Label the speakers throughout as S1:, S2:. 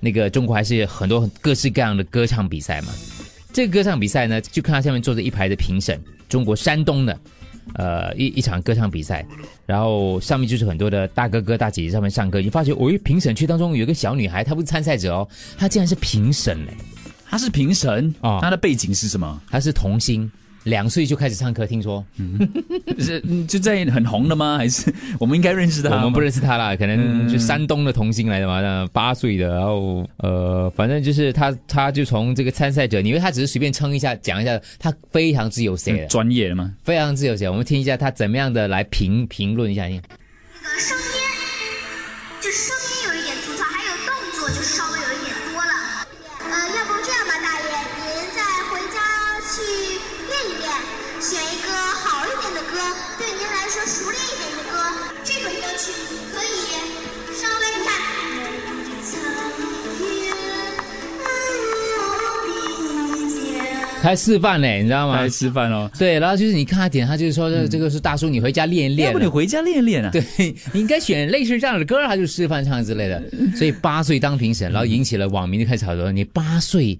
S1: 那个中国还是有很多各式各样的歌唱比赛嘛。这个歌唱比赛呢，就看到下面坐着一排的评审，中国山东的，呃，一一场歌唱比赛，然后上面就是很多的大哥哥大姐姐上面唱歌，你发觉，哦，评审区当中有一个小女孩，她不是参赛者哦，她竟然是评审嘞，
S2: 他是评审
S1: 哦
S2: 他的背景是什么？
S1: 她是童星，两岁就开始唱歌，听说
S2: 是嗯就在很红的吗？还是 我们应该认识他
S1: 我
S2: 吗？
S1: 们不认识她啦，可
S2: 嗯
S1: 能就山东的童星来的嘛，那八岁的，然后呃，反正就是她，她就从这个参赛者，你以为她只是随便称一下讲一下，她非常之有谁的
S2: 嗯，专业的吗？
S1: 非常之有谁，我们听一下她怎么样的来评评论一下，你看。
S3: 那个声音，就声音有一点粗糙，还有动作就稍微有一点多了。呃，要不这样吧，大爷，您再回家去练一练，选一个好一点的歌，对您来说熟练一点的歌。这种歌曲可以稍微你看。
S1: 还示范嘞，你知道吗
S2: 来？吃饭哦。
S1: 对，然后就是你看他点，他就是说这这个是大叔，你回家练一
S2: 哎
S1: 练
S2: 要嗯不。你回家练练啊？，
S1: 对，你应该选类似这样的歌，他就示范唱之类的。
S2: 嗯
S1: 所以八岁当评审，然后引起了网民就开始讨论：你八岁，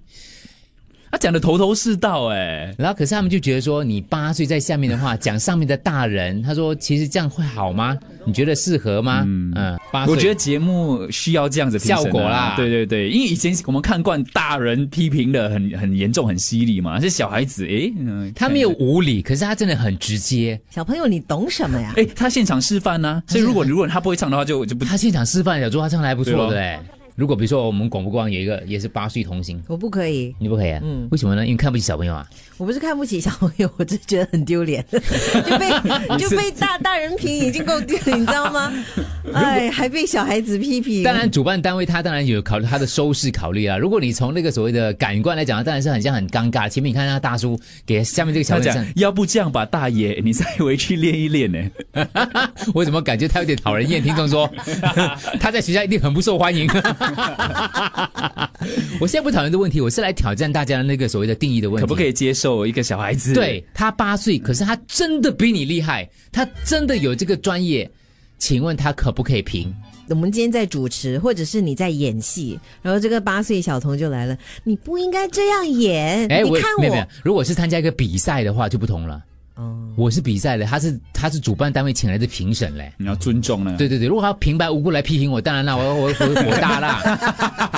S2: 他讲的头头是道哎。
S1: 然后可是他们就觉得说你八岁在下面的话，讲上面的大人，他说其实这样会好吗？你觉得适合吗？嗯，八岁，
S2: 我觉得节目需要这样子评审啊
S1: 效果啦
S2: 对对对，因为以前我们看惯大人批评的很很严重、很犀利嘛，这小孩子诶，嗯
S1: 他没有无理，可是他真的很直接。
S4: 小朋友，你懂什么呀？
S2: 诶，他现场示范呢、所以如果如果他不会唱的话 就，就不
S1: 他现场示范，小猪他唱的还不错的
S2: 对
S1: 嘞。如果比如说我们广播光有一个也是八岁童星，
S4: 我不可以，
S1: 你不可以啊？嗯，为什么呢？因为看不起小朋友啊。
S2: 嗯
S4: 我不是看不起小朋友， 我只是觉得很丢脸， 就被就被大大人评已经够丢脸，你知道 吗？哎，还被小孩子批评。
S1: 当然，主办单位他当然有考虑他的收视考虑啊。如果你从那个所谓的感官来讲，他当然是很像很尴尬。前面你看那大叔给下面这个小女
S2: 他讲
S1: 生，，
S2: 要不这样吧，大爷，你再回去练一练呢。
S1: 我怎么感觉他有点讨人厌？听众说 他在学校一定很不受欢迎。 我现在不讨论这个问题，我是来挑战大家的那个所谓的定义的问题，
S2: 可不可以接受一个小孩子？
S1: 对他八岁，可是他真的比你厉害，他真的有这个专业，请问他可不可以评？
S4: 我们今天在主持，或者是你在演戏，然后这个八岁小童就来了，你不应该这样演。
S1: 哎，
S4: 你
S1: 我
S4: 看
S1: 没
S4: 我，
S1: 有没有，如果是参加一个比赛的话就不同了。
S4: 哦
S1: 我是比赛的，他是他是主办单位请来的评审嘞。
S2: 你要尊重呢。
S1: 对对对，如果他平白无故来批评我，当然啦，我我我我大啦。